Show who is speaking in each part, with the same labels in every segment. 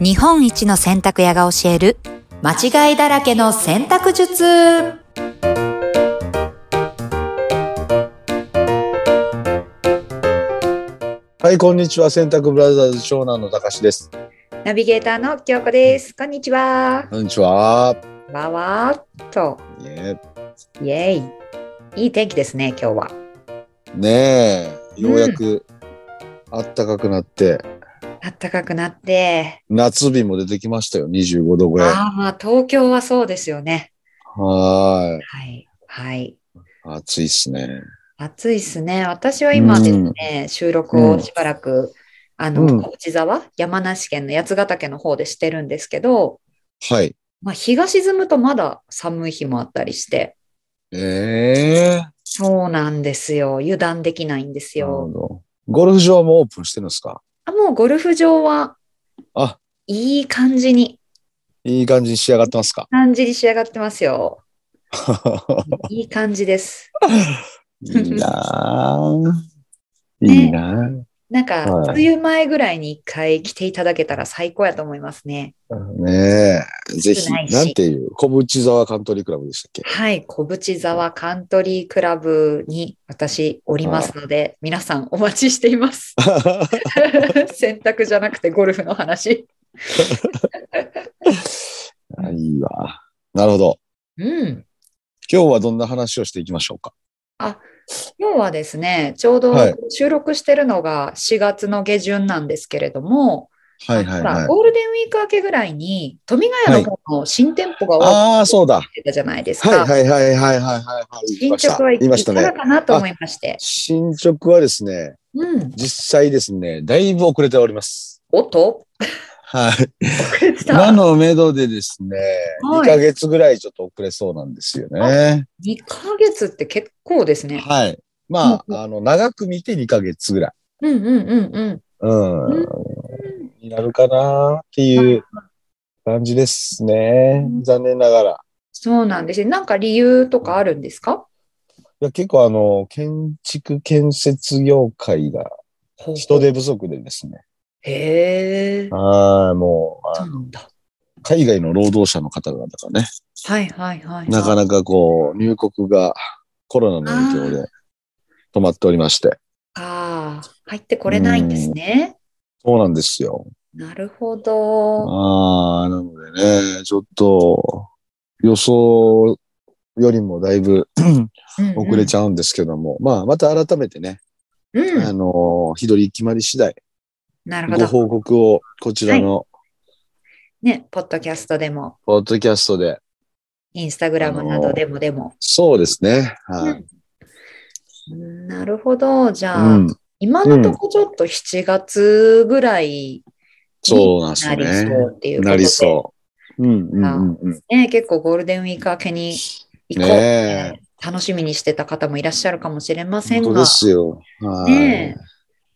Speaker 1: 日本一の洗濯屋が教える間違いだらけの洗濯術
Speaker 2: はい、こんにちは。洗濯ブラザーズ長男の高橋です。
Speaker 1: ナビゲーターの京子ですこんにちは
Speaker 2: こんにちは。
Speaker 1: わわーっと
Speaker 2: ね
Speaker 1: イエーイいい天気ですね今日は
Speaker 2: え、ねえようやく暖かくなって、
Speaker 1: 暖かくなって
Speaker 2: 夏日も出てきましたよ。25度ぐらい。
Speaker 1: あーまあ東京はそうですよね
Speaker 2: は
Speaker 1: はいはい
Speaker 2: ーい。暑いっすね。
Speaker 1: 暑いですね私は今ですね、収録
Speaker 2: う
Speaker 1: を
Speaker 2: ん
Speaker 1: しばらく、あの、
Speaker 2: うん
Speaker 1: 高知沢山梨県の八ヶ岳の方でしてるんですけど、
Speaker 2: はい。
Speaker 1: まあ、日が沈むとまだ寒い日もあったりして、
Speaker 2: ええ
Speaker 1: そうなんですよ。油断できないんです
Speaker 2: なるほ
Speaker 1: よ。
Speaker 2: ど。ゴルフ場もオープンしてるんですか
Speaker 1: あもうゴルフ場は
Speaker 2: あ、
Speaker 1: いい感じに、
Speaker 2: いい感じに仕上がっ てますか
Speaker 1: 感じに仕上がってますよ。いい感じです。
Speaker 2: いいなぁ。いいなぁ。
Speaker 1: なんか、
Speaker 2: はい
Speaker 1: 梅雨前ぐらいに一回来ていただけたら最高やと思いますね。
Speaker 2: ねえ、ぜ
Speaker 1: 少ない
Speaker 2: ひ、
Speaker 1: し
Speaker 2: なんていう、小淵沢カントリークラブでしたっけ
Speaker 1: はい、小淵沢カントリークラブに私おりますので、皆さんお待ちしています。 洗濯じゃなくてゴルフの話。
Speaker 2: あいいわ。なるほど。
Speaker 1: うん。
Speaker 2: 今日はどんな話をしていきましょうか。
Speaker 1: 今日はですね、ちょうど
Speaker 2: はい
Speaker 1: 収録してるのが4月の下旬なんですけれども、
Speaker 2: はいはい
Speaker 1: ほ
Speaker 2: は
Speaker 1: ら
Speaker 2: い。
Speaker 1: ゴールデンウィーク明けぐらいに、富ヶ谷の方の新店舗がオープ
Speaker 2: ああ、そうだ。
Speaker 1: ンしてたじゃないです
Speaker 2: はい
Speaker 1: か。
Speaker 2: はいはいはいはいはいはい。言
Speaker 1: 進
Speaker 2: いまし
Speaker 1: 捗
Speaker 2: た。
Speaker 1: は
Speaker 2: 言
Speaker 1: い
Speaker 2: いまし
Speaker 1: か
Speaker 2: た
Speaker 1: が
Speaker 2: ね。
Speaker 1: かなと思いまして。
Speaker 2: 進捗はですね、
Speaker 1: うん。
Speaker 2: 実際ですね、だいぶ遅れております。
Speaker 1: おっと
Speaker 2: はい。
Speaker 1: 遅れて
Speaker 2: 今
Speaker 1: た。
Speaker 2: のめどでですね、
Speaker 1: は
Speaker 2: 2
Speaker 1: い
Speaker 2: ヶ月ぐらいちょっと遅れそうなんですよね。
Speaker 1: 2ヶ月って結構ですね。
Speaker 2: はい。ま
Speaker 1: うんう
Speaker 2: あ、あの、長く見て2ヶ月ぐらい。
Speaker 1: うんうんうんうん。
Speaker 2: うん
Speaker 1: ん。
Speaker 2: になるかなっていう感じですね
Speaker 1: う。ん
Speaker 2: 残念ながら。
Speaker 1: そうなんですね。なんか理由とかあるんですか
Speaker 2: いや結構あの、建築建設業界が人手不足でですね。
Speaker 1: へえ。
Speaker 2: ああ、もう、
Speaker 1: そう
Speaker 2: あ
Speaker 1: なんだ。
Speaker 2: 海外の労働者の方々がね、
Speaker 1: はいはいはい。
Speaker 2: なか
Speaker 1: か。
Speaker 2: なかこう、入国がコロナの影響で止まっておりまして。
Speaker 1: ああ、入ってこれないんですね。
Speaker 2: そうなんですよ。
Speaker 1: なるほど。
Speaker 2: ああ、なのでね、ちょっと、予想よりもだいぶ遅れちゃうんですけども、まあ、また改めてね、
Speaker 1: うんうん。う
Speaker 2: あ
Speaker 1: ん、
Speaker 2: の、日取り決まり次第、
Speaker 1: なるほ
Speaker 2: ご
Speaker 1: ど。
Speaker 2: 報告をこちらの
Speaker 1: ね、ポッドキャストでも、
Speaker 2: ポッドキャストで、
Speaker 1: インスタグラムなどでもでも。
Speaker 2: そうですね。はい。
Speaker 1: うんなるほど。じゃあ、
Speaker 2: うん。
Speaker 1: 今のとこちょっと7月ぐらい
Speaker 2: そうなんです
Speaker 1: な
Speaker 2: よ
Speaker 1: り
Speaker 2: ね。
Speaker 1: そうっていうことで、
Speaker 2: なりそう。うんうんうんうん。
Speaker 1: ね、結構ゴールデンウィーク明けに行こう、
Speaker 2: ね
Speaker 1: 楽しみにしてた方もいらっしゃるかもしれません
Speaker 2: 本当
Speaker 1: が
Speaker 2: で、すよ。はい。
Speaker 1: ね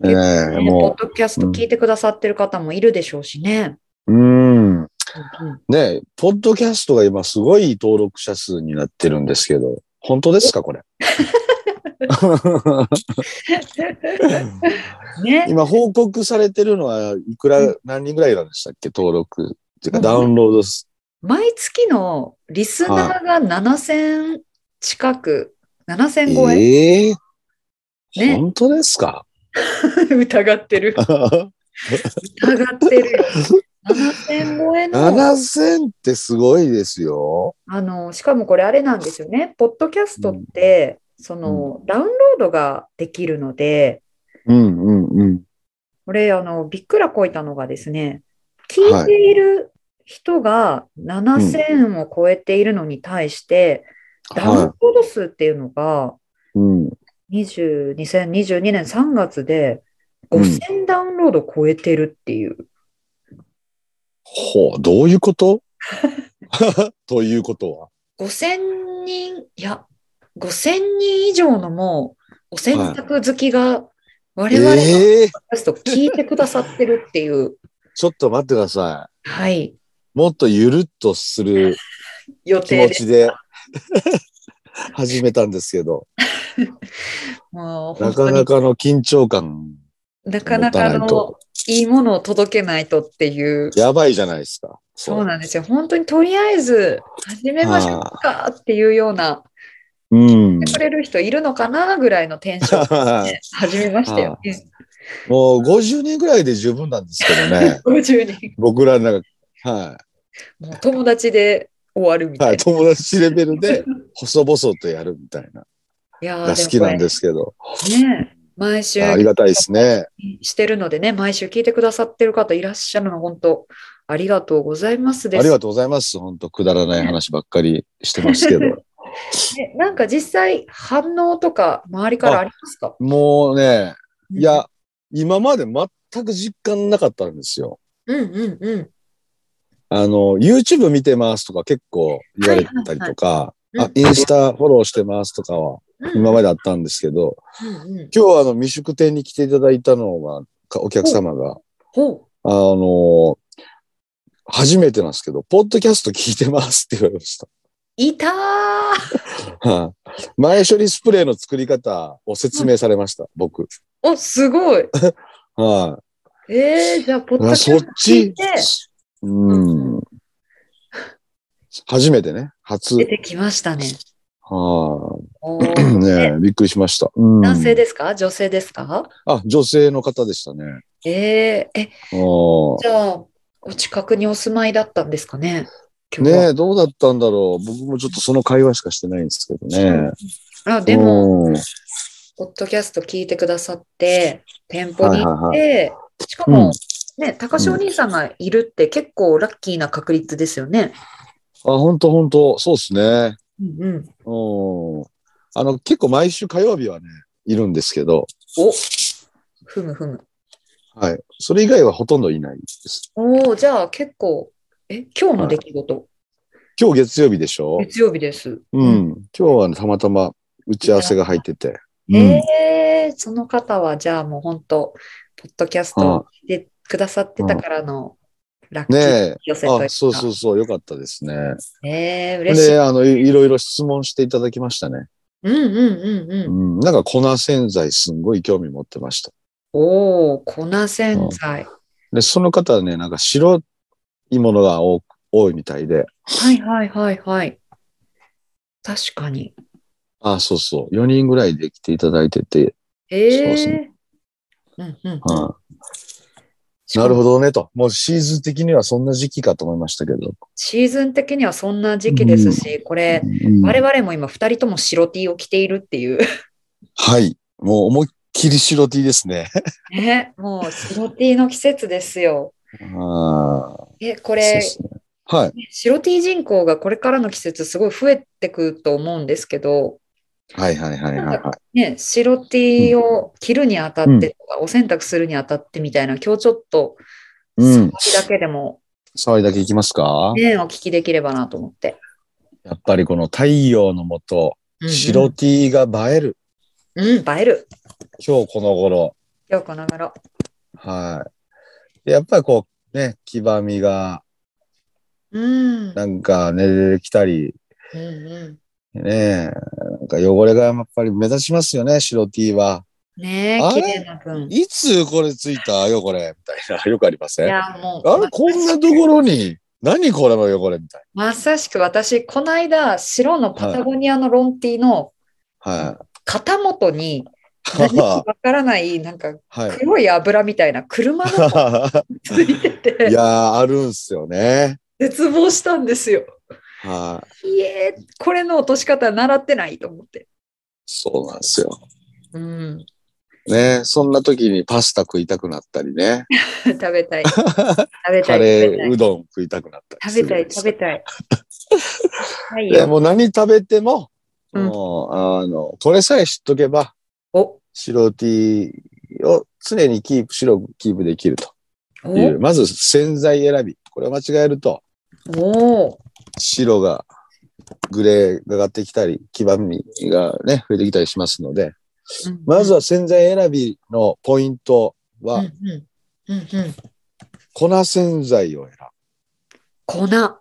Speaker 2: ねえ、
Speaker 1: ねポ
Speaker 2: も
Speaker 1: ッドキャスト聞いてくださってる方もいるでしょうしね。
Speaker 2: う、うん。
Speaker 1: うんうん
Speaker 2: ねえ、ポッドキャストが今すごい登録者数になってるんですけど、本当ですかこ れ。
Speaker 1: ね、
Speaker 2: 今報告されてるのはいくら、何人ぐらいなんでしたっけ登録っていうか
Speaker 1: うん
Speaker 2: ダウンロードす。
Speaker 1: 毎月のリスナーが7000近く、7000超え、
Speaker 2: ええ
Speaker 1: ね
Speaker 2: 本当ですか
Speaker 1: 疑ってる。疑って るよ。7000超えの、
Speaker 2: ?7000 ってすごいですよ。
Speaker 1: あの、しかもこれあれなんですよね。ポッドキャストって、その、ダウンロードができるので、
Speaker 2: うんうんうん。
Speaker 1: これ、あの、びっくらこいたのがですね、聞いている人が7000を超えているのに対して、ダウン
Speaker 2: は
Speaker 1: ロード数っていうのが、
Speaker 2: い。うん。
Speaker 1: 20 2022年3月で
Speaker 2: うん
Speaker 1: 5000ダウンロード超えてるっていう。
Speaker 2: ほう、どういうこと ということは。
Speaker 1: 5000人、いや、5000人以上のもう、お洗濯好きが、我々のポッド
Speaker 2: ええ
Speaker 1: キャスト聞いてくださってるっていう。
Speaker 2: ちょっと待ってくださ
Speaker 1: はい。
Speaker 2: い。もっとゆるっとする
Speaker 1: 予
Speaker 2: 気
Speaker 1: 定で。
Speaker 2: 持 ちで始めたんですけど、
Speaker 1: もう
Speaker 2: な
Speaker 1: 本当
Speaker 2: か
Speaker 1: に
Speaker 2: なかの緊張感
Speaker 1: なかなかあ
Speaker 2: 持たない
Speaker 1: の
Speaker 2: と、
Speaker 1: いいものを届けないとっていう。
Speaker 2: やばいじゃないですか。
Speaker 1: そうなんですよ。本当にとりあえず始めましょうかっていうような、
Speaker 2: うん。
Speaker 1: くれる人いるのかなぐらいのテンシ ョンで始めましたよね。。
Speaker 2: もう50人ぐらいで十分なんですけどね
Speaker 1: 50人。
Speaker 2: 僕らなんか、は
Speaker 1: もう友達で終わるみ
Speaker 2: い。は
Speaker 1: たい
Speaker 2: い。
Speaker 1: な。
Speaker 2: 友達レベルで、細々とやるみたいな。
Speaker 1: いや。
Speaker 2: が好きなんですすけど。
Speaker 1: これね毎週
Speaker 2: ありがたいですね。
Speaker 1: してるのでね、毎週聞いてくださってる方いらっしゃるの本当ありがとうございますで
Speaker 2: あり
Speaker 1: す。
Speaker 2: がとうございます。本当くだらない話ばっかりしてますけど。
Speaker 1: ねなんか実際反応とか周りからありますか
Speaker 2: もうね、い、や、今まで全く実感なかったんですよ。
Speaker 1: うんうんうん。
Speaker 2: あの、YouTube 見てますとか結構言われたりとか、
Speaker 1: はいはいはい
Speaker 2: あ、インスタフォローしてますとかは今まであったんですけど、
Speaker 1: うんうん。
Speaker 2: 今日はあの未宿店に来ていただいたのは、かお客様が、
Speaker 1: ほ
Speaker 2: あの、初めてなんですけど、ポッドキャスト聞いてますって言われました。
Speaker 1: う。いたー
Speaker 2: はい前処理スプレーの作り方を説明されました、僕。
Speaker 1: お、すごい。
Speaker 2: は
Speaker 1: えー、じゃあ、ポッ
Speaker 2: い。
Speaker 1: ド
Speaker 2: あ
Speaker 1: キ
Speaker 2: そ
Speaker 1: ャ
Speaker 2: っ
Speaker 1: スト聞
Speaker 2: ち
Speaker 1: いて。
Speaker 2: うん。初めてね、初
Speaker 1: 出。てきましたね。
Speaker 2: は
Speaker 1: お
Speaker 2: い。
Speaker 1: ー
Speaker 2: ねえびっくりしました。うん
Speaker 1: 男性ですか女性ですか
Speaker 2: あ、女性の方でしたね。
Speaker 1: えー、え、
Speaker 2: あー
Speaker 1: じゃあ、お近くにお住まいだったんですかね今日は
Speaker 2: ねえ、どうだったんだろう。僕もちょっとその会話しかしてないんですけどね。
Speaker 1: あでも、
Speaker 2: うん、
Speaker 1: ポッドキャスト聞いてくださって、店舗に行っ
Speaker 2: はい
Speaker 1: て、しか
Speaker 2: うん
Speaker 1: も、ね、高橋お兄さんがいるって結構ラッキーな確率ですよね。
Speaker 2: あ、本当本当そうですね。
Speaker 1: うんうん。
Speaker 2: うん。あの、結構毎週火曜日はね、いるんですけど、
Speaker 1: ふむふむ。
Speaker 2: はい。それ以外はほとんどいないです。
Speaker 1: おー、じゃあ結構、え、今日の出来事、
Speaker 2: 今日月曜日でしょ
Speaker 1: 月曜日です。
Speaker 2: うん。今日はね、たまたま打ち合わせが入ってて。うん。
Speaker 1: えー、その方はじゃあもう本当、ポッドキャストでくださってたからのラッキ
Speaker 2: ね
Speaker 1: ー
Speaker 2: え。
Speaker 1: 寄せというか
Speaker 2: あ、そうそうそう、よかったですね。
Speaker 1: えー、嬉しい。
Speaker 2: で、あの、いいろいろ質問していただきましたね。
Speaker 1: うんうんうんう。
Speaker 2: うんん。なんか粉洗剤すんごい興味持ってました。
Speaker 1: おお、粉洗剤。
Speaker 2: で、その方はね、なんか白いものが多く多いみたいで、
Speaker 1: はいはいはいはい。確かに。
Speaker 2: あ、そうそう、4人ぐらいで来ていただいてて、そう
Speaker 1: え
Speaker 2: です
Speaker 1: ー。うんうんうん
Speaker 2: うんなるほどねと。もうシーズン的にはそんな時期かと思いましたけど。
Speaker 1: シーズン的にはそんな時期ですし、これ、
Speaker 2: うん
Speaker 1: 我々も今2人とも白 T を着ているっていう。
Speaker 2: はい。もう思いっきり白 T ですね。
Speaker 1: ね、もう白 T の季節ですよ。
Speaker 2: ああ。
Speaker 1: え、こ
Speaker 2: こ
Speaker 1: れ、
Speaker 2: はい。
Speaker 1: 白 T 人口がこれからの季節すごい増えてくと思うんですけど、
Speaker 2: はいはいはいはい、はい。
Speaker 1: ね、白 T を着るにあたってとか、お洗濯するにあたってみたいな、今日ちょっと、
Speaker 2: うん。
Speaker 1: 少しだけでも、
Speaker 2: 触りだけいきますか、
Speaker 1: ね、お聞きできればなと思って。
Speaker 2: やっぱりこの太陽のもと、
Speaker 1: うんうん
Speaker 2: 白 T が映える。
Speaker 1: うん、映える。
Speaker 2: 今日この頃。
Speaker 1: 今日この頃。
Speaker 2: はい。でやっぱりこう、ね、黄ばみが、
Speaker 1: うん。うん
Speaker 2: なんかね、出てきたり、
Speaker 1: う
Speaker 2: ねえ、なんか汚れがやっぱり目立ちますよね、白 T は。
Speaker 1: ん、ねえ、
Speaker 2: あれ
Speaker 1: 綺麗な分。い
Speaker 2: いつこれついたよ、これ。みたいな。よくありませんあ
Speaker 1: や、もう、
Speaker 2: れ、こんなところに、何これの汚れみたい
Speaker 1: まさしく私、この間、白のパタゴニアのロンティの
Speaker 2: な。は
Speaker 1: 肩元 に、
Speaker 2: い。
Speaker 1: 何かわからない、なんか
Speaker 2: はい。
Speaker 1: 黒い油みたいな車のがついてて
Speaker 2: いやー、あるんすよね。
Speaker 1: 絶望したんですよ。
Speaker 2: はい。
Speaker 1: いえ、これの落とし方習ってないと思って。
Speaker 2: そうなんですよ。
Speaker 1: うん、
Speaker 2: ねそんな時にパスタ食いたくなったりね。
Speaker 1: 食べたい。食べた
Speaker 2: カ
Speaker 1: い。
Speaker 2: レ
Speaker 1: 食べた
Speaker 2: ー
Speaker 1: いう
Speaker 2: どん食いたくなったり
Speaker 1: 食べたい、食べ
Speaker 2: た
Speaker 1: たい。はい
Speaker 2: いや、
Speaker 1: よ。
Speaker 2: もう何食べても、
Speaker 1: うん
Speaker 2: もう、あの、これさえ知っとけば、
Speaker 1: お、
Speaker 2: 白 T を常にキープ、白くキープできるとい
Speaker 1: お
Speaker 2: う。、まず洗剤選び。これを間違えると、
Speaker 1: お
Speaker 2: 白が、グレーが上がってきたり、黄ばみがね、増えてきたりしますので、まず
Speaker 1: は、
Speaker 2: は洗剤選びのポイント
Speaker 1: うん
Speaker 2: は、
Speaker 1: うんうんうん、
Speaker 2: 粉洗剤を選ぶ。
Speaker 1: 粉、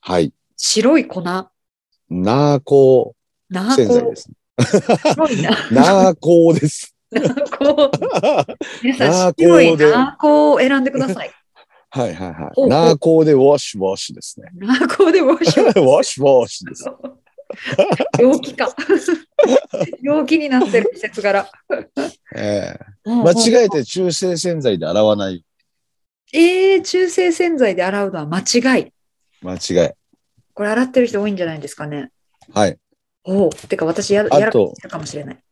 Speaker 2: はい。
Speaker 1: 白い粉、ナ
Speaker 2: ナーコ
Speaker 1: ー
Speaker 2: ー洗剤
Speaker 1: コ
Speaker 2: です。
Speaker 1: ー、黒いな。
Speaker 2: ナーコーです。
Speaker 1: こう、皆さん、
Speaker 2: ナーコーで
Speaker 1: 白いナーコを選んでください。
Speaker 2: はいはいは
Speaker 1: おうお
Speaker 2: い。
Speaker 1: う
Speaker 2: ナーコーでウォッシュウォッシュで すね。
Speaker 1: ナーコーでもし
Speaker 2: ウ
Speaker 1: よう。
Speaker 2: ォッシュウォッシュです。
Speaker 1: 陽気か。陽気になってる季節柄。
Speaker 2: え
Speaker 1: 間
Speaker 2: え間違えて中性洗剤で洗わない。
Speaker 1: えー、中性洗剤で洗うのは間違い。
Speaker 2: 間違い。
Speaker 1: これ洗ってる人多いんじゃないですかね。
Speaker 2: はい。
Speaker 1: おお。てか私やる
Speaker 2: あと
Speaker 1: やらかしてるかもしれない。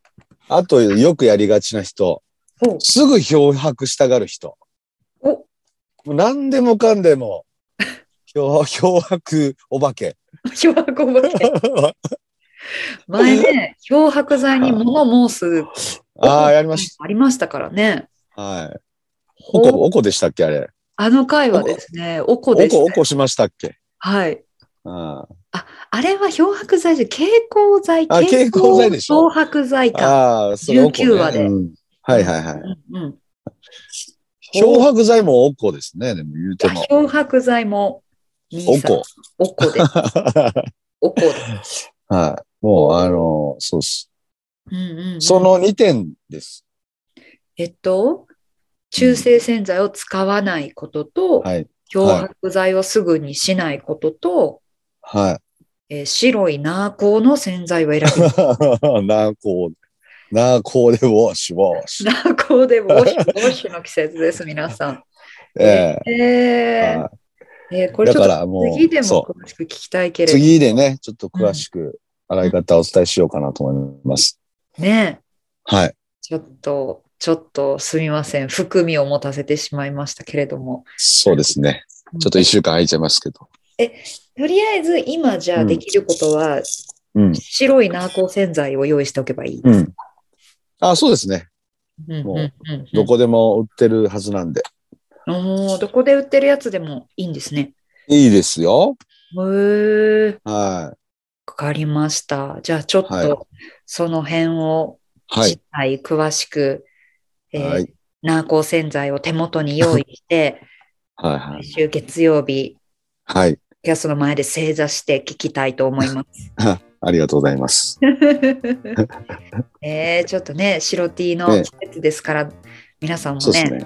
Speaker 2: あと、よくやりがちな人。
Speaker 1: おう
Speaker 2: すぐ漂白したがる人。
Speaker 1: お
Speaker 2: もう何でもかん でも、漂漂白お化け。
Speaker 1: 漂白お 化け。前ね、漂白剤に物申す
Speaker 2: ああ、やりまし
Speaker 1: ありましたからね。
Speaker 2: た。はい。おこ、おこでしたっけあれ。
Speaker 1: あの回はですね、おこ
Speaker 2: お
Speaker 1: です
Speaker 2: こ、。おこしましたっけ
Speaker 1: はい。
Speaker 2: あ
Speaker 1: あ、あれは漂白剤じゃ、蛍光剤、
Speaker 2: あ蛍光剤でしょ
Speaker 1: 蛍光漂白剤か。
Speaker 2: あー、それおこ、ね。
Speaker 1: 19話で
Speaker 2: うんはいはいはい。
Speaker 1: うんうん
Speaker 2: 漂白剤もおこですね。でも言うて
Speaker 1: あ
Speaker 2: も。
Speaker 1: 漂白剤も、
Speaker 2: お
Speaker 1: 兄さん
Speaker 2: こ。。
Speaker 1: おこで
Speaker 2: は
Speaker 1: おこで。
Speaker 2: い。もう、あの、そうっす。
Speaker 1: うんうんうん
Speaker 2: その2点です。
Speaker 1: えっと、中性洗剤を使わないことと、
Speaker 2: はい。
Speaker 1: 漂白剤をすぐにしないことと、
Speaker 2: はい。
Speaker 1: えー白いナーコーの洗剤を選ぶ。
Speaker 2: ナーコー、ナーコーでウォッシュ、ウォッ シュ。
Speaker 1: ナーコーでウォッシュ、ウォッシュの季節です、皆さ ん。
Speaker 2: え
Speaker 1: え
Speaker 2: え
Speaker 1: ー
Speaker 2: は
Speaker 1: えーこ
Speaker 2: い
Speaker 1: れち
Speaker 2: だ
Speaker 1: ょっ
Speaker 2: か
Speaker 1: と
Speaker 2: らも
Speaker 1: 次で
Speaker 2: う、
Speaker 1: も
Speaker 2: そ
Speaker 1: 詳しく聞きたいけ
Speaker 2: う。
Speaker 1: れど、
Speaker 2: 次でね、ちょっと詳しく洗い方をお伝えしようかなと思います。
Speaker 1: ねえ、
Speaker 2: はい。
Speaker 1: ちょっと、ちょっとすみません、含みを持たせてしまいましたけれども、
Speaker 2: そうですね。ちょっと1週間空いちゃいますけど。
Speaker 1: とりあえず今じゃあできることは、
Speaker 2: うん。
Speaker 1: 白いナーコ洗剤を用意しておけばいい。
Speaker 2: うん。あ、そうですね。
Speaker 1: うんうん
Speaker 2: も
Speaker 1: う
Speaker 2: うん
Speaker 1: うん
Speaker 2: どこでも売ってるはずなんで。
Speaker 1: おーどこで売ってるやつでもいいんですね。
Speaker 2: いいですよ。
Speaker 1: へー
Speaker 2: は
Speaker 1: わかりました。じゃあちょっと、
Speaker 2: はい
Speaker 1: その辺を
Speaker 2: い。はい。
Speaker 1: 次回詳しく、えー
Speaker 2: はい
Speaker 1: ナーコ洗剤を手元に用意して、
Speaker 2: はい。はい
Speaker 1: 来。週月曜日、
Speaker 2: はい。
Speaker 1: キャストの前で正座して聞きたいと思い ます。
Speaker 2: ありがとうございます。
Speaker 1: えー、ちょっとね、白 T の季節ですから、皆さんも
Speaker 2: そうです
Speaker 1: ね、
Speaker 2: ね。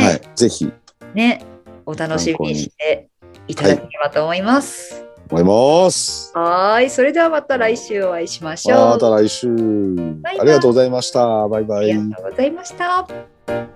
Speaker 1: ね
Speaker 2: はい。ぜひ、
Speaker 1: ね、お楽しみにしていただければと思います。
Speaker 2: 思います。
Speaker 1: はーい、それではまた来週お会いしましょう。
Speaker 2: また来週。
Speaker 1: バイバイ
Speaker 2: ありがとうございました。バイ
Speaker 1: あ
Speaker 2: バイ。
Speaker 1: りがとうございました。